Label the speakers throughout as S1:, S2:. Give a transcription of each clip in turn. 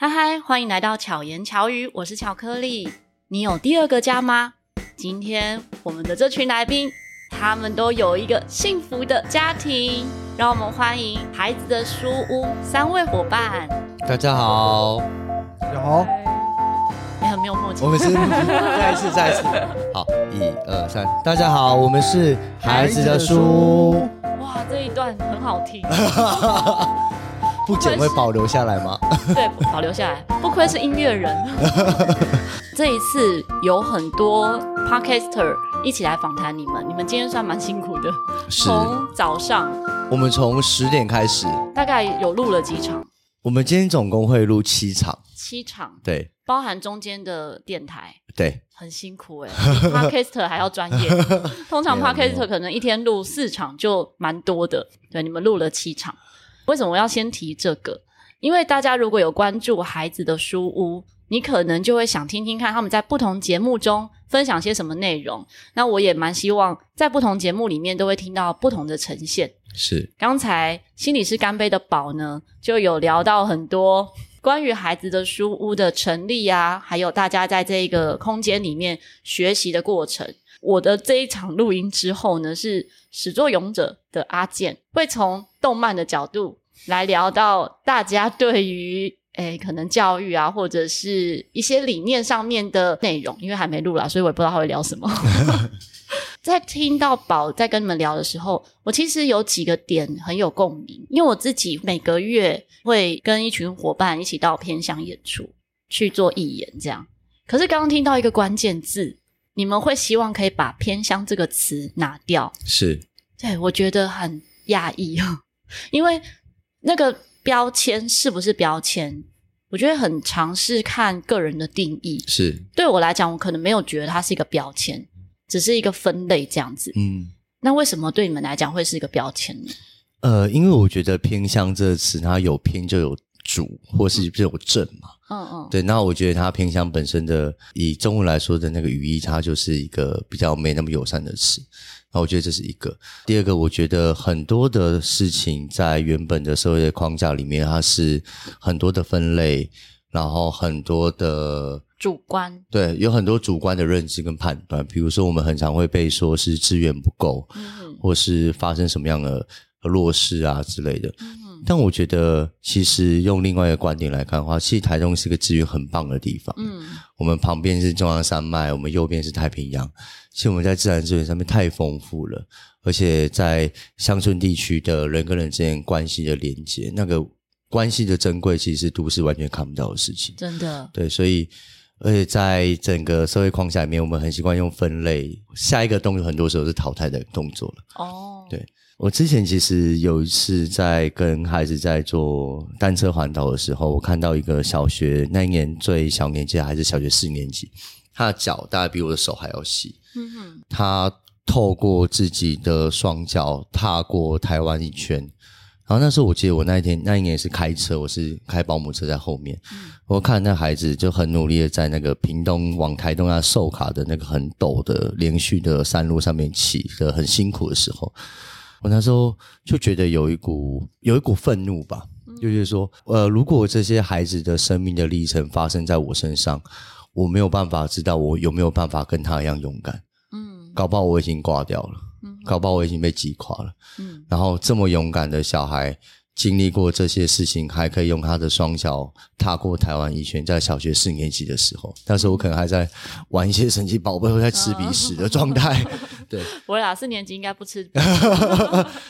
S1: 嗨嗨，欢迎来到巧言巧语，我是巧克力。你有第二个家吗？今天我们的这群来宾，他们都有一个幸福的家庭，让我们欢迎孩子的书屋三位伙伴。
S2: 大家好，
S3: 有
S1: 哎，很没有默契
S2: 我。们是再一次，再一次，好，一二三，大家好，我们是孩子的书，
S1: 哇，这一段很好听，
S2: 不剪会保留下来吗？
S1: 对，保留下来。不愧是音乐人。这一次有很多 podcaster 一起来访谈你们，你们今天算蛮辛苦的，
S2: 是
S1: 从早上
S2: 我们从十点开始，
S1: 大概有录了几场，
S2: 我们今天总共会录七场，
S1: 七场。
S2: 对
S1: 包含中间的电台，
S2: 对，
S1: 很辛苦 哎、欸，Podcaster 还要专 业。通常
S2: 没有没有
S1: Podcaster 可能一天录四场就蛮多的，对，你们录了七场。为什么我要先提这个？因为大家如果有关注孩子的书屋，你可能就会想听听看他们在不同节目中分享些什么内容。那我也蛮希望在不同节目里面都会听到不同的呈现。
S2: 是
S1: 刚才心理师干杯的宝呢，就有聊到很多关于孩子的书屋的成立啊，还有大家在这个空间里面学习的过程。我的这一场录音之后呢，是始作俑者的阿健会从动漫的角度来聊到大家对于诶可能教育啊，或者是一些理念上面的内容，因为还没录啦，所以我也不知道他会聊什么。在听到宝在跟你们聊的时候，我其实有几个点很有共鸣，因为我自己每个月会跟一群伙伴一起到偏乡演出去做义演，这样。可是刚刚听到一个关键字，你们会希望可以把“偏乡”这个词拿掉，
S2: 是，
S1: 对我觉得很讶异哦，因为那个标签是不是标签，我觉得很尝试看个人的定义。
S2: 是，
S1: 对我来讲，我可能没有觉得它是一个标签，只是一个分类这样子。
S2: 嗯。
S1: 那为什么对你们来讲会是一个标签呢？
S2: 呃，因为我觉得“偏向”这个词，它有偏就有主，或是就有正嘛。
S1: 嗯嗯，
S2: 对，那我觉得它偏向本身的，以中文来说的那个语义，它就是一个比较没那么友善的词。那我觉得这是一个。第二个，我觉得很多的事情在原本的社会的框架里面，它是很多的分类，然后很多的
S1: 主观，
S2: 对，有很多主观的认知跟判断。比如说，我们很常会被说是资源不够，
S1: 嗯
S2: 或是发生什么样的弱势啊之类的。
S1: 嗯
S2: 但我觉得，其实用另外一个观点来看的话，其实台中是个资源很棒的地方。
S1: 嗯
S2: 我们旁边是中央山脉，我们右边是太平洋。其实我们在自然资源上面太丰富了，而且在乡村地区的人跟人之间关系的连接，那个关系的珍贵，其实是都市完全看不到的事情。
S1: 真的，
S2: 对，所以而且在整个社会框架里面，我们很习惯用分类，下一个动作很多时候是淘汰的动作了。
S1: 哦，
S2: 对我之前其实有一次在跟孩子在做单车环岛的时候，我看到一个小学那一年最小年纪的孩子，小学四年级，他的脚大概比我的手还要细，
S1: 嗯哼，
S2: 他透过自己的双脚踏过台湾一圈。然后那时候我记得我那一天那一年是开车，我是开保姆车在后面，
S1: 嗯
S2: 我看那孩子就很努力的在那个屏东往台东啊寿卡的那个很陡的连续的山路上面骑的很辛苦的时候，我那时候就觉得有一股有一股愤怒吧，就是说，呃，如果这些孩子的生命的历程发生在我身上，我没有办法知道我有没有办法跟他一样勇敢，
S1: 嗯
S2: 搞不好我已经挂掉了，搞不好我已经被击垮了。
S1: 嗯
S2: 然后这么勇敢的小孩，经历过这些事情，还可以用他的双脚踏过台湾一圈，在小学四年级的时候，那时候我可能还在玩一些神奇宝贝或在吃鼻屎的状态，对，
S1: 我俩四年级应该不 吃，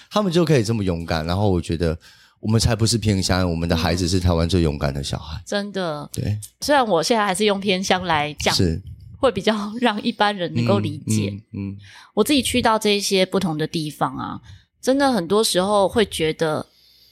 S2: 他们就可以这么勇敢。然后我觉得我们才不是偏乡，我们的孩子是台湾最勇敢的小孩。
S1: 真的。
S2: 对，
S1: 虽然我现在还是用偏乡来讲，
S2: 是
S1: 会比较 让一般人能够理解。，
S2: 嗯，嗯
S1: 我自己去到这些不同的地方啊，真的很多时候会觉得，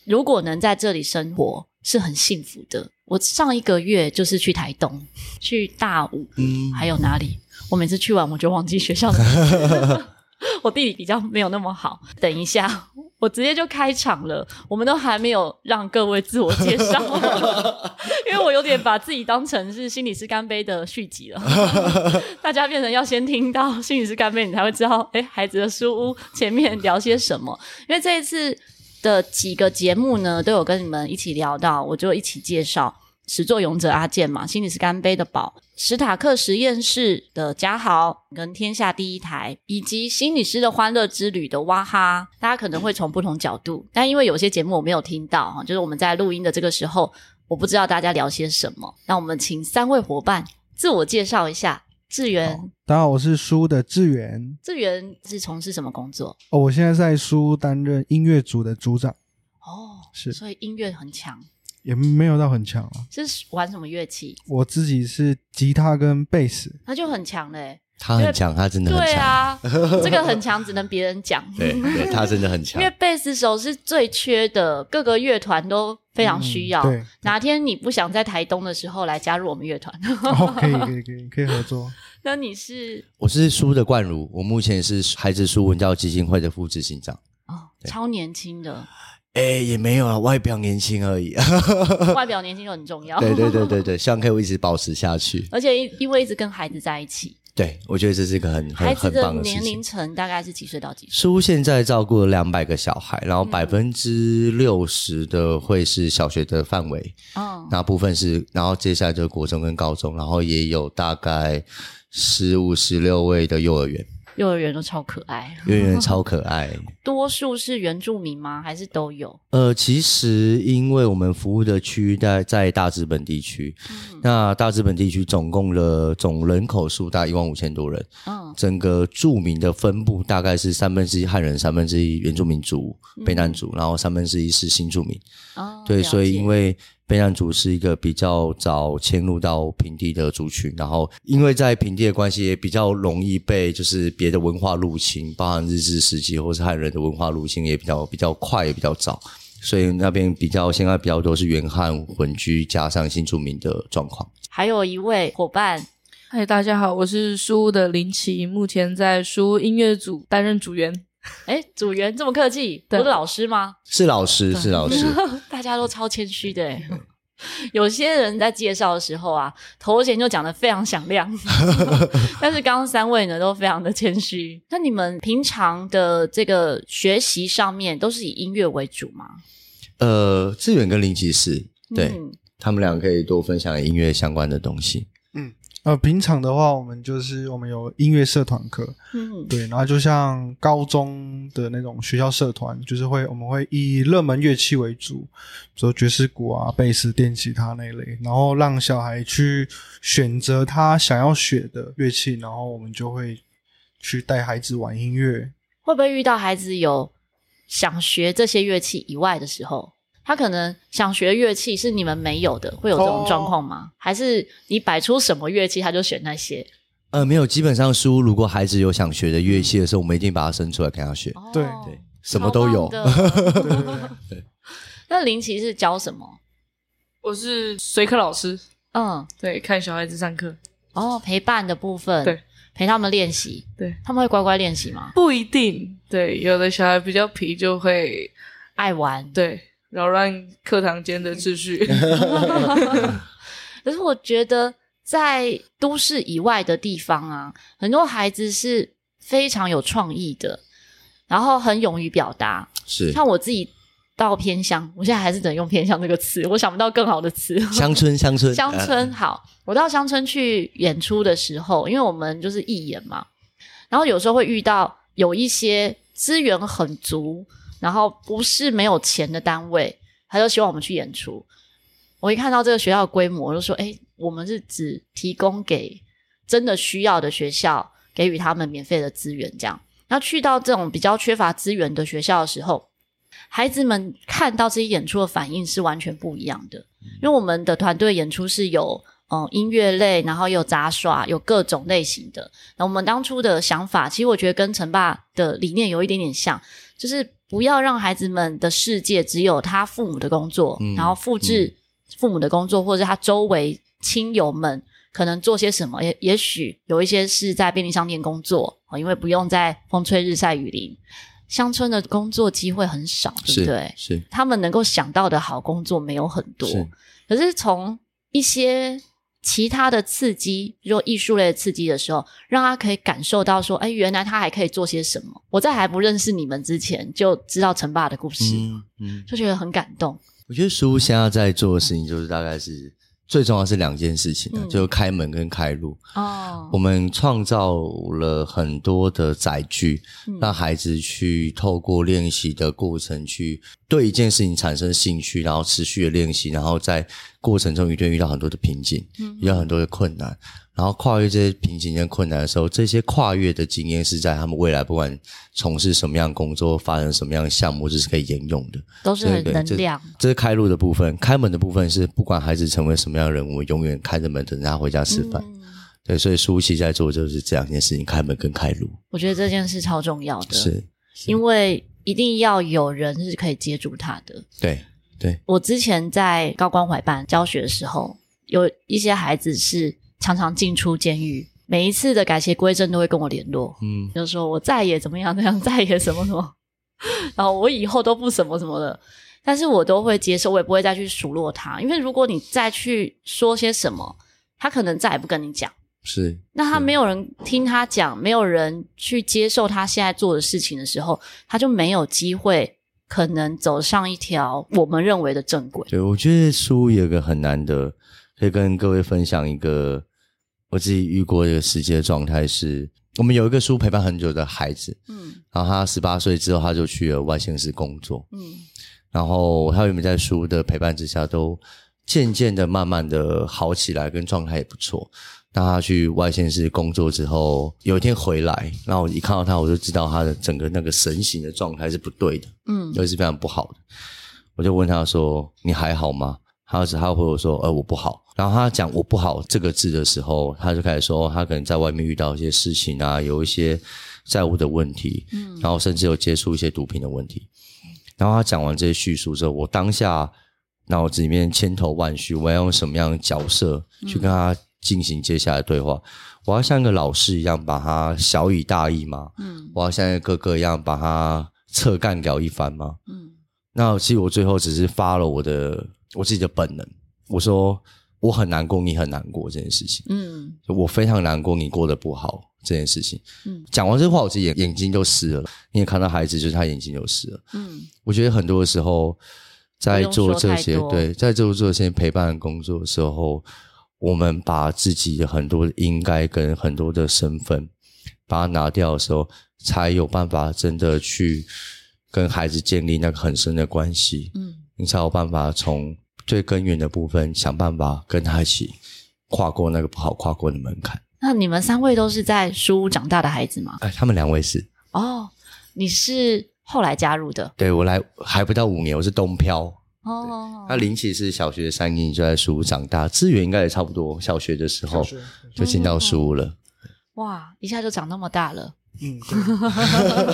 S1: 如果能在这里生活是很幸福的。我上一个月就是去台东，去大武，
S2: 嗯
S1: 还有哪里？我每次去完我就忘记学校的名字。 我地理比较没有那么好，等一下我直接就开场了。我们都还没有让各位自我介绍， 因为我有点把自己当成是心理师干杯的续集了。 大家变成要先听到心理师干杯，你才会知道，哎、孩子的书屋前面聊些什么。因为这一次的几个节目呢，都有跟你们一起聊到，我就一起介绍。始作俑者阿健嘛，心理师干杯的宝，史塔克实验室的嘉豪跟天下第一台，以及心理师的欢乐之旅的哇哈，大家可能会从不同角度，但因为有些节目我没有听到哈，就是我们在录音的这个时候，我不知道大家聊些什么。那我们请三位伙伴自我介绍一下。志源，
S3: 大家好，我是书的志源。
S1: 志源是从事什么工作？
S3: 哦，我现在在书担任音乐组的组长，
S1: 哦，
S3: 是
S1: 所以音乐很强，
S3: 也没有到很强啊。
S1: 是玩什么乐器？
S3: 我自己是吉他跟 贝斯，
S1: 那就很强嘞、
S2: 他很强，他真的很
S1: 对
S2: 强，
S1: 啊，这个很强，只能别人讲。
S2: 对对，他真的很强
S1: 因为。贝斯手是最缺的，各个乐团都非常需要。
S3: 嗯对
S1: 哪天你不想在台东的时候来加入我们乐 团，
S3: 哦，可以可以可以可以合作。
S1: 那你是
S2: 我是书的冠儒，我目前是孩子书文教基金会的副执行长。
S1: 哦，超年轻 的，
S2: 哎、也没有啊，外表年轻而已。
S1: 外表年轻就很重要。
S2: 对对对对对，希望可以一直保持下去。
S1: 而且因因为一直跟孩子在一起，
S2: 对，我觉得这是一个很
S1: 孩
S2: 很
S1: 子
S2: 很
S1: 的
S2: 棒的事
S1: 年
S2: 情
S1: 龄。层大概是几岁到几岁？
S2: 书现在照顾了两百个小孩，然后百分之六十的会是小学的范围，
S1: 嗯，
S2: 那部分是，然后接下来就是国中跟高中，然后也有大概十五、十六位的幼儿园，
S1: 幼儿园都超可爱。
S2: 幼儿园超可爱。
S1: 多数是原住民吗？还是都有？
S2: 呃，其实因为我们服务的区域在在大资本地区，那大资本地区总共的总人口数大概一万五千多人，
S1: 嗯，
S2: 整个住民的分布大概是三分之一汉人，三分之一原住民族、卑南族，然后三分之一是新住民。
S1: 嗯哦，
S2: 对，
S1: 了解
S2: 所以因为卑南族是一个比较早迁入到平地的族群，然后因为在平地的关系，也比较容易被就是别的文化入侵，包含日治时期或是汉人的文化入侵也比较比较快，也比较早。所以那边比较现在比较多是原汉混居加上新住民的状况。
S1: 还有一位伙伴，
S4: 嗨，大家好，我是书屋的林奇，目前在书屋音乐组担任组员。
S1: 哎，组员这么客气，不
S4: 对
S1: 是老师吗？
S2: 是老师，是老师，
S1: 大家都超谦虚的欸。 有些人在介绍的时候啊，头衔就讲得非常响亮， 但是刚刚三位呢都非常的谦虚。那你们平常的这个学习上面都是以音乐为主吗？
S2: 呃，志远跟林奇是对、
S1: 嗯
S2: 他们俩可以多分享音乐相关的东西。
S3: 呃，平常的话，我们就是我们有音乐社团课，
S1: 嗯
S3: 对，然后就像高中的那种学校社团，就是会我们会以热门乐器为主，比如说爵士鼓啊、贝斯、电吉他那一类，然后让小孩去选择他想要学的乐器，然后我们就会去带孩子玩音乐。
S1: 会不会遇到孩子有想学这些乐器以外的时候，他可能想学乐器是你们没有的，会有这种状况吗？还是你摆出什么乐器他就选那些？
S2: 呃，没有，基本上书如果孩子有想学的乐器的时候，我们一定把它生出来给他学，
S1: 哦
S3: 对
S2: 对，什么都有
S1: 超。棒
S3: 对对
S1: 的
S3: 对
S1: 那林奇是教什么？
S4: 我是随课老师，
S1: 嗯，
S4: 对，看小孩子上课，
S1: 哦，陪伴的部分，
S4: 对，
S1: 陪他们练习，
S4: 对，
S1: 他们会乖乖练习吗？
S4: 不一定，对，有的小孩比较皮，就会
S1: 爱玩，
S4: 对扰乱课堂间的秩序。
S1: 可是我觉得在都市以外的地方啊，很多孩子是非常有创意的，然后很勇于表达。
S2: 是
S1: 像我自己到偏乡，我现在还是只能用偏乡这个词，我想不到更好的词。
S2: 乡村，乡村，呃
S1: 乡村好，我到乡村去演出的时候，因为我们就是义演嘛，然后有时候会遇到有一些资源很足，然后不是没有钱的单位，他就希望我们去演出。我一看到这个学校的规模，我就说：“哎、我们是只提供给真的需要的学校，给予他们免费的资源。”这样，那去到这种比较缺乏资源的学校的时候，孩子们看到这些演出的反应是完全不一样的。因为我们的团队演出是有嗯音乐类，然后有杂耍，有各种类型的。那我们当初的想法，其实我觉得跟陈爸的理念有一点点像，就是不要让孩子们的世界只有他父母的工作，
S2: 嗯
S1: 然后复制父母的工作，或者是他周围亲友们。可能做些什么，也也许有一些是在便利商店工作，哦因为不用在风吹日晒雨淋。乡村的工作机会很少，对
S2: 是
S1: 不对？
S2: 是
S1: 他们能够想到的好工作没有很多，
S2: 是
S1: 可是从一些其他的刺激，比如说艺术类的刺激的时候，让他可以感受到说，哎，原来他还可以做些什么。我在还不认识你们之前，就知道陈爸的故事，
S2: 嗯嗯，
S1: 就觉得很感动。
S2: 我觉得书现在在做的事情就是大概是最重要是两件事情、啊，
S1: 嗯
S2: 就是开门跟开路。
S1: 哦
S2: 我，们创造了很多的载具，
S1: 嗯
S2: 让孩子去透过练习的过程去对一件事情产生兴趣，然后持续的练习，然后在过程中一定遇到很多的瓶颈，
S1: 嗯
S2: 遇到很多的困难，然后跨越这些瓶颈跟困难的时候，这些跨越的经验是在他们未来不管从事什么样的工作、发展什么样的项目，这是可以沿用的。
S1: 都是很
S2: 对对
S1: 能
S2: 这
S1: 量，
S2: 这是开路的部分，开门的部分是不管孩子成为什么样的人，我们永远开着门等着他回家吃饭。
S1: 嗯
S2: 对，所以舒淇在做就是这两件事情：开门跟开路。
S1: 我觉得这件事超重要的，
S2: 是，
S1: 因为一定要有人是可以接住他的。
S2: 对，对，
S1: 我之前在高关怀办教学的时候，有一些孩子是常常进出监狱，每一次的改邪归正都会跟我联络，
S2: 嗯，
S1: 就是说我再也怎么样怎么样，再也什么什么， 然后我以后都不什么什么的。但是我都会接受，我也不会再去数落他，因为如果你再去说些什么，他可能再也不跟你讲。
S2: 是，
S1: 那他
S2: 是
S1: 没有人听他讲，没有人去接受他现在做的事情的时候，他就没有机会可能走上一条我们认为的正轨。
S2: 对，我觉得书有个很难得，可以跟各位分享一个我自己遇过一个实际的状态是，我们有一个书陪伴很久的孩子，
S1: 嗯
S2: 然后他十八岁之后他就去了外县市工作，
S1: 嗯
S2: 然后他原本在书的陪伴之下，都渐渐的、慢慢的好起来，跟状态也不错。那他去外县市工作之后，有一天回来，然后我一看到他，我就知道他的整个那个神形的状态是不对的，
S1: 嗯
S2: 尤其是非常不好的。我就问他说：“你还好吗？”他只他回我说：“呃，我不好。”然后他讲“我不好”这个字的时候，他就开始说、哦他可能在外面遇到一些事情啊，有一些债务的问题，
S1: 嗯
S2: 然后甚至有接触一些毒品的问题。然后他讲完这些叙述之后，我当下脑子里面千头万绪，我要用什么样的角色
S1: 嗯
S2: 去跟他进行接下来的对话？我要像一个老师一样把他小以大义吗？
S1: 嗯
S2: 我要像一个哥哥一样把他侧干掉一番吗？
S1: 嗯
S2: 那其实我最后只是发了我的我自己的本能，我说我很难过，你很难过这件事情，
S1: 嗯
S2: 我非常难过你过得不好这件事情。
S1: 嗯
S2: 讲完这话，我自己眼眼睛就湿了。你也看到孩子，就是他眼睛就湿了。
S1: 嗯
S2: 我觉得很多的时候，在做这些
S1: 不用说太多
S2: 对，在做这些陪伴工作的时候，我们把自己的很多的应该跟很多的身份，把它拿掉的时候，才有办法真的去跟孩子建立那个很深的关系，
S1: 嗯，
S2: 你才有办法从最根源的部分想办法跟他一起跨过那个不好跨过的门槛。
S1: 那你们三位都是在书屋长大的孩子吗？
S2: 哎，他们两位是。
S1: 哦，你是后来加入的
S2: 对我来还不到五年，我是东漂。
S1: 哦
S2: 那林奇是小学三年级就在书屋长大，志远应该也差不多，小学的时候
S3: 小学
S2: 就进到书屋了。
S1: 哇，一下就长那么大了。
S3: 嗯，对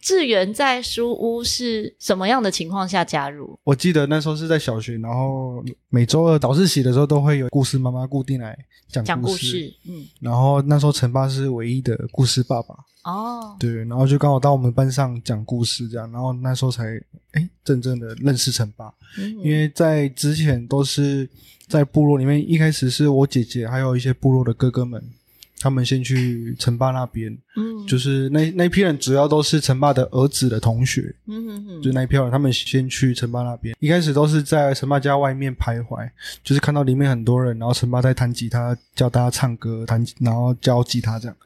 S1: 志源在书屋是什么样的情况下加入？
S3: 我记得那时候是在小学，然后每周二导师席的时候都会有故事妈妈固定来讲
S1: 讲
S3: 故
S1: 故事，嗯，
S3: 然后那时候陈爸是唯一的故事爸爸，
S1: 哦，
S3: 对，然后就刚好到我们班上讲故事这样，然后那时候才哎真正的认识陈爸，
S1: 嗯
S3: 因为在之前都是在部落里面，一开始是我姐姐还有一些部落的哥哥们，他们先去陈爸那边，
S1: 嗯
S3: 就是那那批人主要都是陈爸的儿子的同学，
S1: 嗯嗯嗯
S3: 就那一票人，他们先去陈爸那边，一开始都是在陈爸家外面徘徊，就是看到里面很多人，然后陈爸在弹吉他，教大家唱歌，弹然后教吉他这样，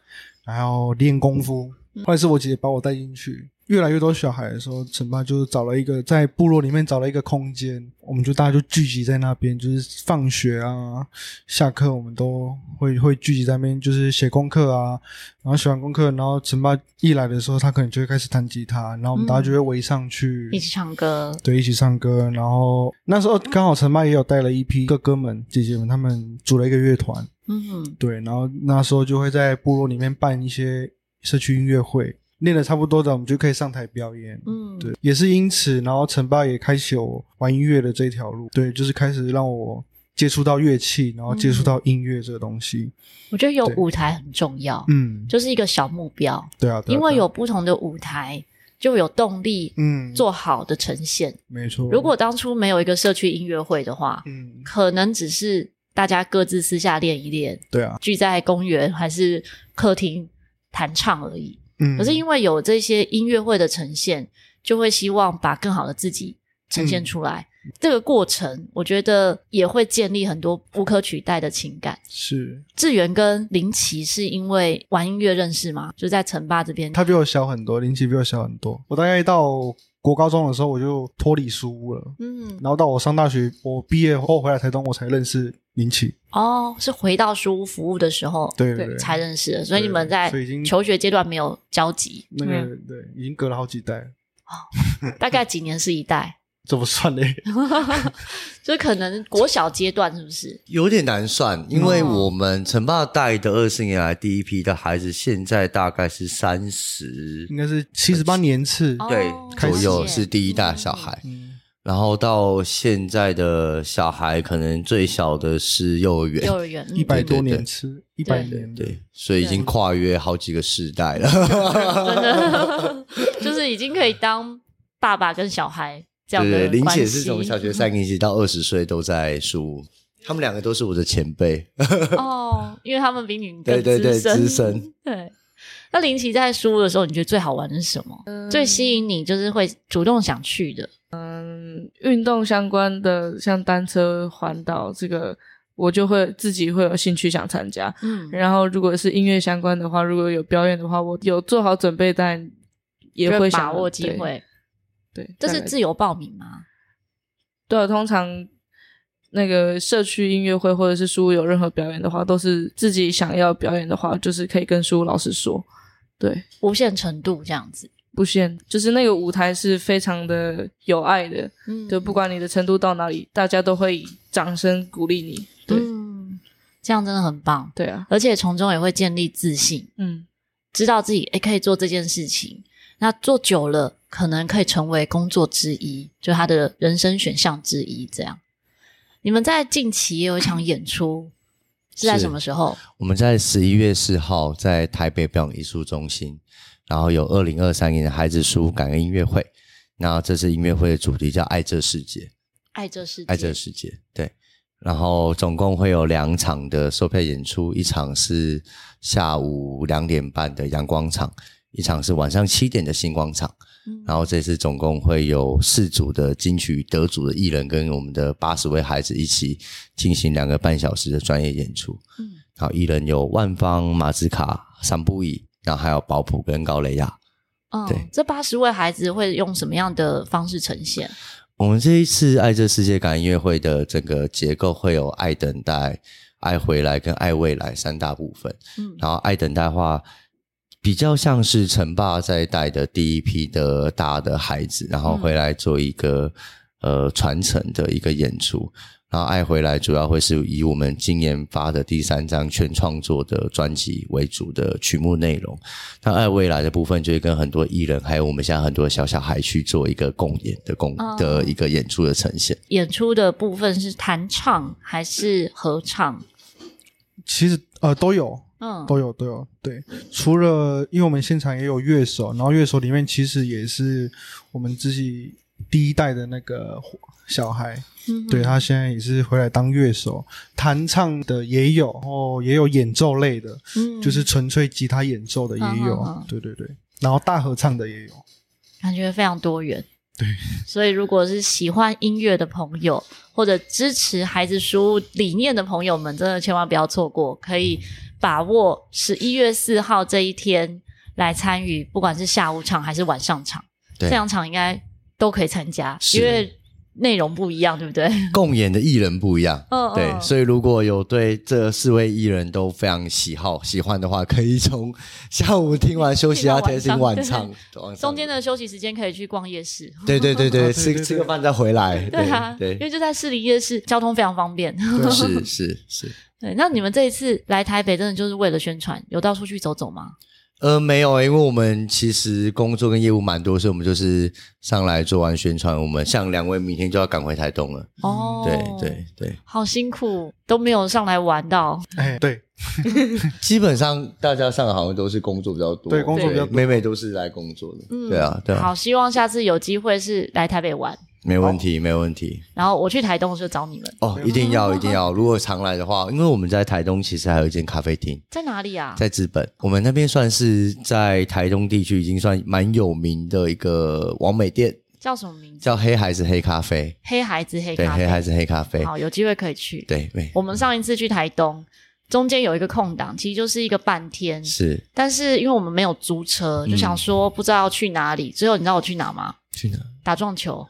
S3: 然后练功夫。后来是我姐姐把我带进去，越来越多小孩的时候，陈爸就找了一个在部落里面找了一个空间，我们就大家就聚集在那边，就是放学啊、下课我们都会会聚集在那边，就是写功课啊，然后写完功课，然后陈爸一来的时候，他可能就会开始弹吉他，然后我们大家就会围上去，
S1: 一起唱歌，
S3: 对，一起唱歌。然后那时候刚好陈爸也有带了一批哥哥们、姐姐们，他们组了一个乐团，
S1: 嗯
S3: 对，然后那时候就会在部落里面办一些社区音乐会，练的差不多的，我们就可以上台表演。
S1: 嗯，
S3: 对，也是因此，然后陈爸也开启我玩音乐的这条路，对，就是开始让我接触到乐器，然后接触到音乐这个东西。
S1: 我觉得有
S3: 对
S1: 舞台很重要，
S3: 嗯，
S1: 就是一个小目标，
S3: 对啊，对啊
S1: 因为
S3: 对啊
S1: 有不同的舞台，就有动力
S3: 嗯
S1: 做好的呈现。
S3: 没错，
S1: 如果当初没有一个社区音乐会的话，
S3: 嗯，
S1: 可能只是大家各自私下练一练，
S3: 对啊，
S1: 聚在公园还是客厅弹唱而已。
S3: 嗯，
S1: 可是因为
S3: 嗯
S1: 有这些音乐会的呈现，就会希望把更好的自己呈现出来。这个过程，我觉得也会建立很多无可取代的情感。
S3: 是
S1: 志源跟林奇是因为玩音乐认识吗？就在城霸这边，
S3: 他比我小很多，林奇比我小很多。我大概到国高中的时候，我就脱离书屋了。
S1: 嗯，
S3: 然后到我上大学，我毕业后回来台东，我才认识林奇。
S1: 哦，是回到书屋服务的时候，
S3: 对
S4: 对
S3: 对，
S1: 才认识的，所以
S3: 对
S1: 你们在
S3: 所以已经
S1: 求学阶段没有交集，
S3: 那个对，已经隔了好几代，
S1: 大概几年是一代，
S3: 怎么算嘞？
S1: 就可能国小阶段是不是？
S2: 有点难算，因为我们陈爸带的二十年来第一批的孩子，现在大概是三十
S3: 应该是七十八年次。
S2: 对
S1: 哦
S2: 左右
S1: 了解
S2: 是第一代小孩，
S3: 嗯，
S2: 然后到现在的小孩可能最小的是幼儿园
S1: 幼，儿园
S3: 一百
S2: 对对
S3: 多
S2: 对
S3: 年次，一百年
S2: 对，所以已经
S1: 对
S2: 跨越好几个世代 了。
S1: 嗯真的 就是已经可以当爸爸跟小孩这样
S2: 对
S1: 的
S2: 对，林
S1: 关
S2: 姐
S1: 系
S2: 是从小学三年级到二十岁都在书屋，他们两个都是我的前辈。
S1: 哦，因为他们比你们更
S2: 对对对，
S1: 深。
S2: 资深。
S1: 对那林奇在书的时候，你觉得最好玩的是什么？
S4: 嗯
S1: 最吸引你就是会主动想去的。
S4: 运动相关的，像单车环岛这个，我就会自己会有兴趣想参加。
S1: 嗯
S4: 然后如果是音乐相关的话，如果有表演的话，我有做好准备，但也
S1: 就
S4: 会想
S1: 把握机。会。
S4: 对，对
S1: 这是
S4: 大概
S1: 自由报名吗？
S4: 对，啊通常那个社区音乐会或者是书有任何表演的话，都是自己想要表演的话，就是可以跟书老师说，对，
S1: 无限程度这样子，
S4: 不限，就是那个舞台是非常的有爱的，
S1: 嗯
S4: 就不管你的程度到哪里，大家都会以掌声鼓励你，对，
S1: 嗯，这样真的很棒，
S4: 对啊，
S1: 而且从中也会建立自信，
S4: 嗯，
S1: 知道自己诶可以做这件事情。那做久了，可能可以成为工作之一，就他的人生选项之一。这样，你们在近期也有一场演出， 是在
S2: 是
S1: 什么时候？
S2: 我们在十一月四号在台北表演艺术中心，然后有二零二三年的孩子书感恩音乐会。那这次音乐会的主题叫“爱这世界”，
S1: 爱这世界，
S2: 爱这个世界，对。然后总共会有两场的售票演出，一场是下午两点半的阳光场，一场是晚上七点的星光场。
S1: 嗯
S2: 然后这次总共会有四组的金曲得主的艺人跟我们的八十位孩子一起进行两个半小时的专业演出。
S1: 嗯
S2: 然后艺人有万芳、马兹卡、桑布伊，然后还有保普跟高雷亚。
S1: 嗯
S2: 对，
S1: 这八十位孩子会用什么样的方式呈现？
S2: 我们这一次爱这世界感音乐会的整个结构会有爱等待、爱回来跟爱未来三大部分。
S1: 嗯
S2: 然后爱等待的话，比较像是陈爸在带的第一批的大的孩子，然后回来做一个、呃传承的一个演出。然后爱回来主要会是以我们今年发的第三张全创作的专辑为主的曲目内容。那爱未来的部分就会跟很多艺人，还有我们现在很多小小孩去做一个共演的共、
S1: 哦
S2: 的一个演出的呈现。
S1: 演出的部分是弹唱还是合唱？
S3: 其实呃都有，
S1: 嗯，
S3: 都有都有，对，除了因为我们现场也有乐手，然后乐手里面其实也是我们自己第一代的那个小孩，
S1: 嗯
S3: 对他现在也是回来当乐手，弹唱的也有，然后也有演奏类的，
S1: 嗯
S3: 就是纯粹吉他演奏的也有，
S1: 嗯
S2: 啊
S1: 嗯嗯
S3: 对对对，然后大合唱的也有，
S1: 感觉非常多元。
S3: 对，
S1: 所以如果是喜欢音乐的朋友，或者支持孩子书理念的朋友们，真的千万不要错过，可以
S2: 嗯
S1: 把握十一月四号这一天来参与，不管是下午场还是晚上场，这
S2: 对
S1: 两场应该都可以参加，
S2: 是
S1: 因为内容不一样，对不对？
S2: 共演的艺人不一样，
S1: 嗯
S2: 对，所以如果有对这四位艺人都非常喜好喜欢的话，可以从下午听完休息啊，
S1: 听到
S2: 听
S1: 晚
S2: 听
S1: 上
S2: 晚
S1: 对
S2: 唱，晚上
S1: 中间的休息时间可以去逛夜市。
S2: 对对对
S3: 哦
S2: 对，
S3: 对
S2: 吃
S3: 对对
S2: 吃个饭再回来，
S1: 对啊，
S2: 对
S1: 因为就在士林夜市，交通非常方便。
S3: 对
S2: 是是是，
S1: 对，那你们这一次来台北，真的就是为了宣传，有到处去走走吗？
S2: 呃，没有，因为我们其实工作跟业务蛮多，所以我们就是上来做完宣传，我们像两位明天就要赶回台东了，
S1: 哦，
S2: 嗯对对对，
S1: 好辛苦，都没有上来玩到。
S3: 哎，对，
S2: 基本上大家上好像都是工作比较多，
S3: 对工作比较多
S2: 妹妹都是来工作的，对啊对啊，
S1: 好，希望下次有机会是来台北玩，
S2: 没问题没问题，
S1: 然后我去台东的时候找你们，
S2: 哦，一定 要一定要！如果常来的话，因为我们在台东其实还有一间咖啡厅，
S1: 在哪里啊？
S2: 在资本，我们那边算是在台东地区已经算蛮有名的一个王美店。
S1: 叫什么名字？
S2: 叫黑孩子黑咖啡，
S1: 黑孩子黑
S2: 对，
S1: 咖啡。
S2: 黑孩子黑咖啡，
S1: 好，有机会可以去。
S2: 对，没
S1: 我们上一次去台东，中间有一个空档，其实就是一个半天。
S2: 是
S1: 但是因为我们没有租车，就想说不知道要去哪里。最后你知道我去哪吗？
S2: 去 哪？
S1: 打撞球。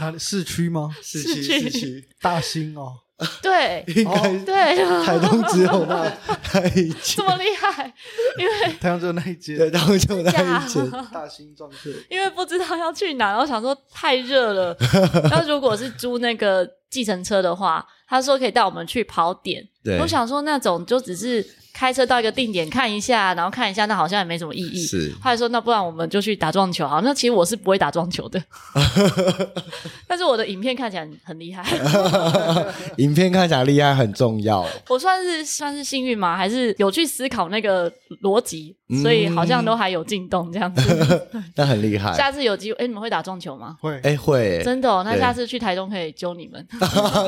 S3: 哪里市区吗？
S2: 市
S1: 区市
S2: 区
S3: 大兴哦，
S1: 对
S2: 应该
S3: 哦
S1: 对，
S2: 台东只有 那那一
S1: 这
S2: 间，
S1: 么厉害， 因为
S3: 太阳只有那一
S2: 对，
S3: 间，
S2: 然后就那一间，
S3: 大兴撞客。
S1: 因为不知道要去哪，然后想说太热 了。那如果是租那个计程车的话，他说可以带我们去跑点。
S2: 对，
S1: 我想说那种就只是开车到一个定点看一下，然后看一下，那好像也没什么意义。
S2: 是
S1: 后来说，那不然我们就去打撞球好。那其实我是不会打撞 球的，但是我的影片看起来很厉 害。
S2: 影片看起来厉害很重 要，
S1: 我算是算是幸运吗？还是有去思考那个逻辑，所以好
S2: 嗯
S1: 像都还有进洞这样 子。
S2: 但很厉害。
S1: 下次有机会，哎、你们会打撞球吗？
S3: 会，
S2: 哎，会欸
S1: 真的哦，那
S2: 对
S1: 下次去台东可以揪你们。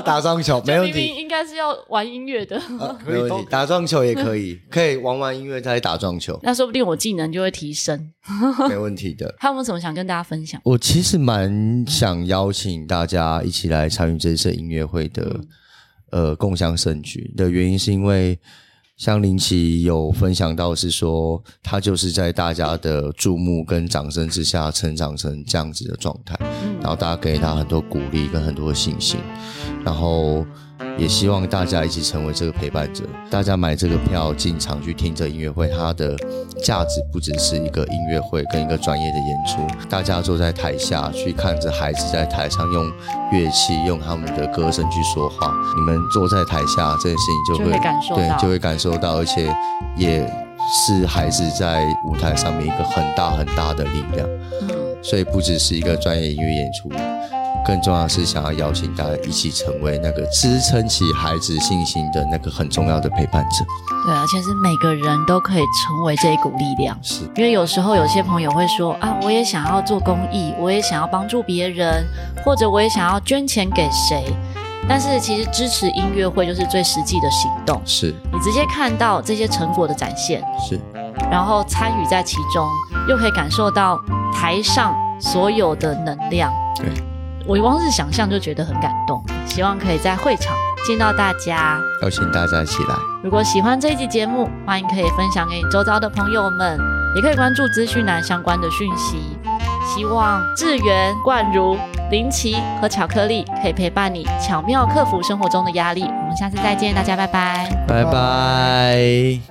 S2: 打撞球 没
S1: 就
S2: 问
S1: 明明
S2: 题，
S1: 应该是要玩音乐的，
S3: 可以
S2: 没问
S3: 都可
S2: 题
S3: 以，
S2: 打撞球也可以，可以玩玩音乐再打撞 球，
S1: 那说不定我技能就会提升。
S2: 没问题的。
S1: 还有没有什么想跟大家分享？
S2: 我其实蛮想邀请大家一起来参与这次音乐会的、呃共襄盛举的原因，是因为像林奇有分享到是说，他就是在大家的注目跟掌声之下成长成这样子的状态，
S1: 嗯
S2: 然后大家给他很多鼓励跟很多信心，然后也希望大家一起成为这个陪伴者。大家买这个票进场去听这音乐会，它的价值不只是一个音乐会跟一个专业的演出，大家坐在台下去看着孩子在台上用乐器、用他们的歌声去说话，你们坐在台下这件事情
S1: 就
S2: 就会
S1: 会感受
S2: 对
S1: 到，
S2: 就会感受到，而且也是孩子在舞台上面一个很大很大的力量。
S1: 嗯，
S2: 所以不只是一个专业音乐演出，更重要的是想要邀请大家一起成为那个支撑起孩子信心的那个很重要的陪伴者。
S1: 对，而且是每个人都可以成为这一股力量。
S2: 是，
S1: 因为有时候有些朋友会说啊，我也想要做公益，我也想要帮助别人，或者我也想要捐钱给谁。但是其实支持音乐会就是最实际的行动，
S2: 是，
S1: 你直接看到这些成果的展现，
S2: 是，
S1: 然后参与在其中，又可以感受到台上所有的能量。
S2: 对，
S1: 我光是想象就觉得很感动，希望可以在会场见到大家。
S2: 邀请大家一起来。
S1: 如果喜欢这一集节目，欢迎可以分享给你周遭的朋友们，也可以关注资讯栏相关的讯息。希望志源、冠如、林奇和巧克力可以陪伴你，巧妙克服生活中的压力。我们下次再见，大家拜拜。
S2: 拜拜。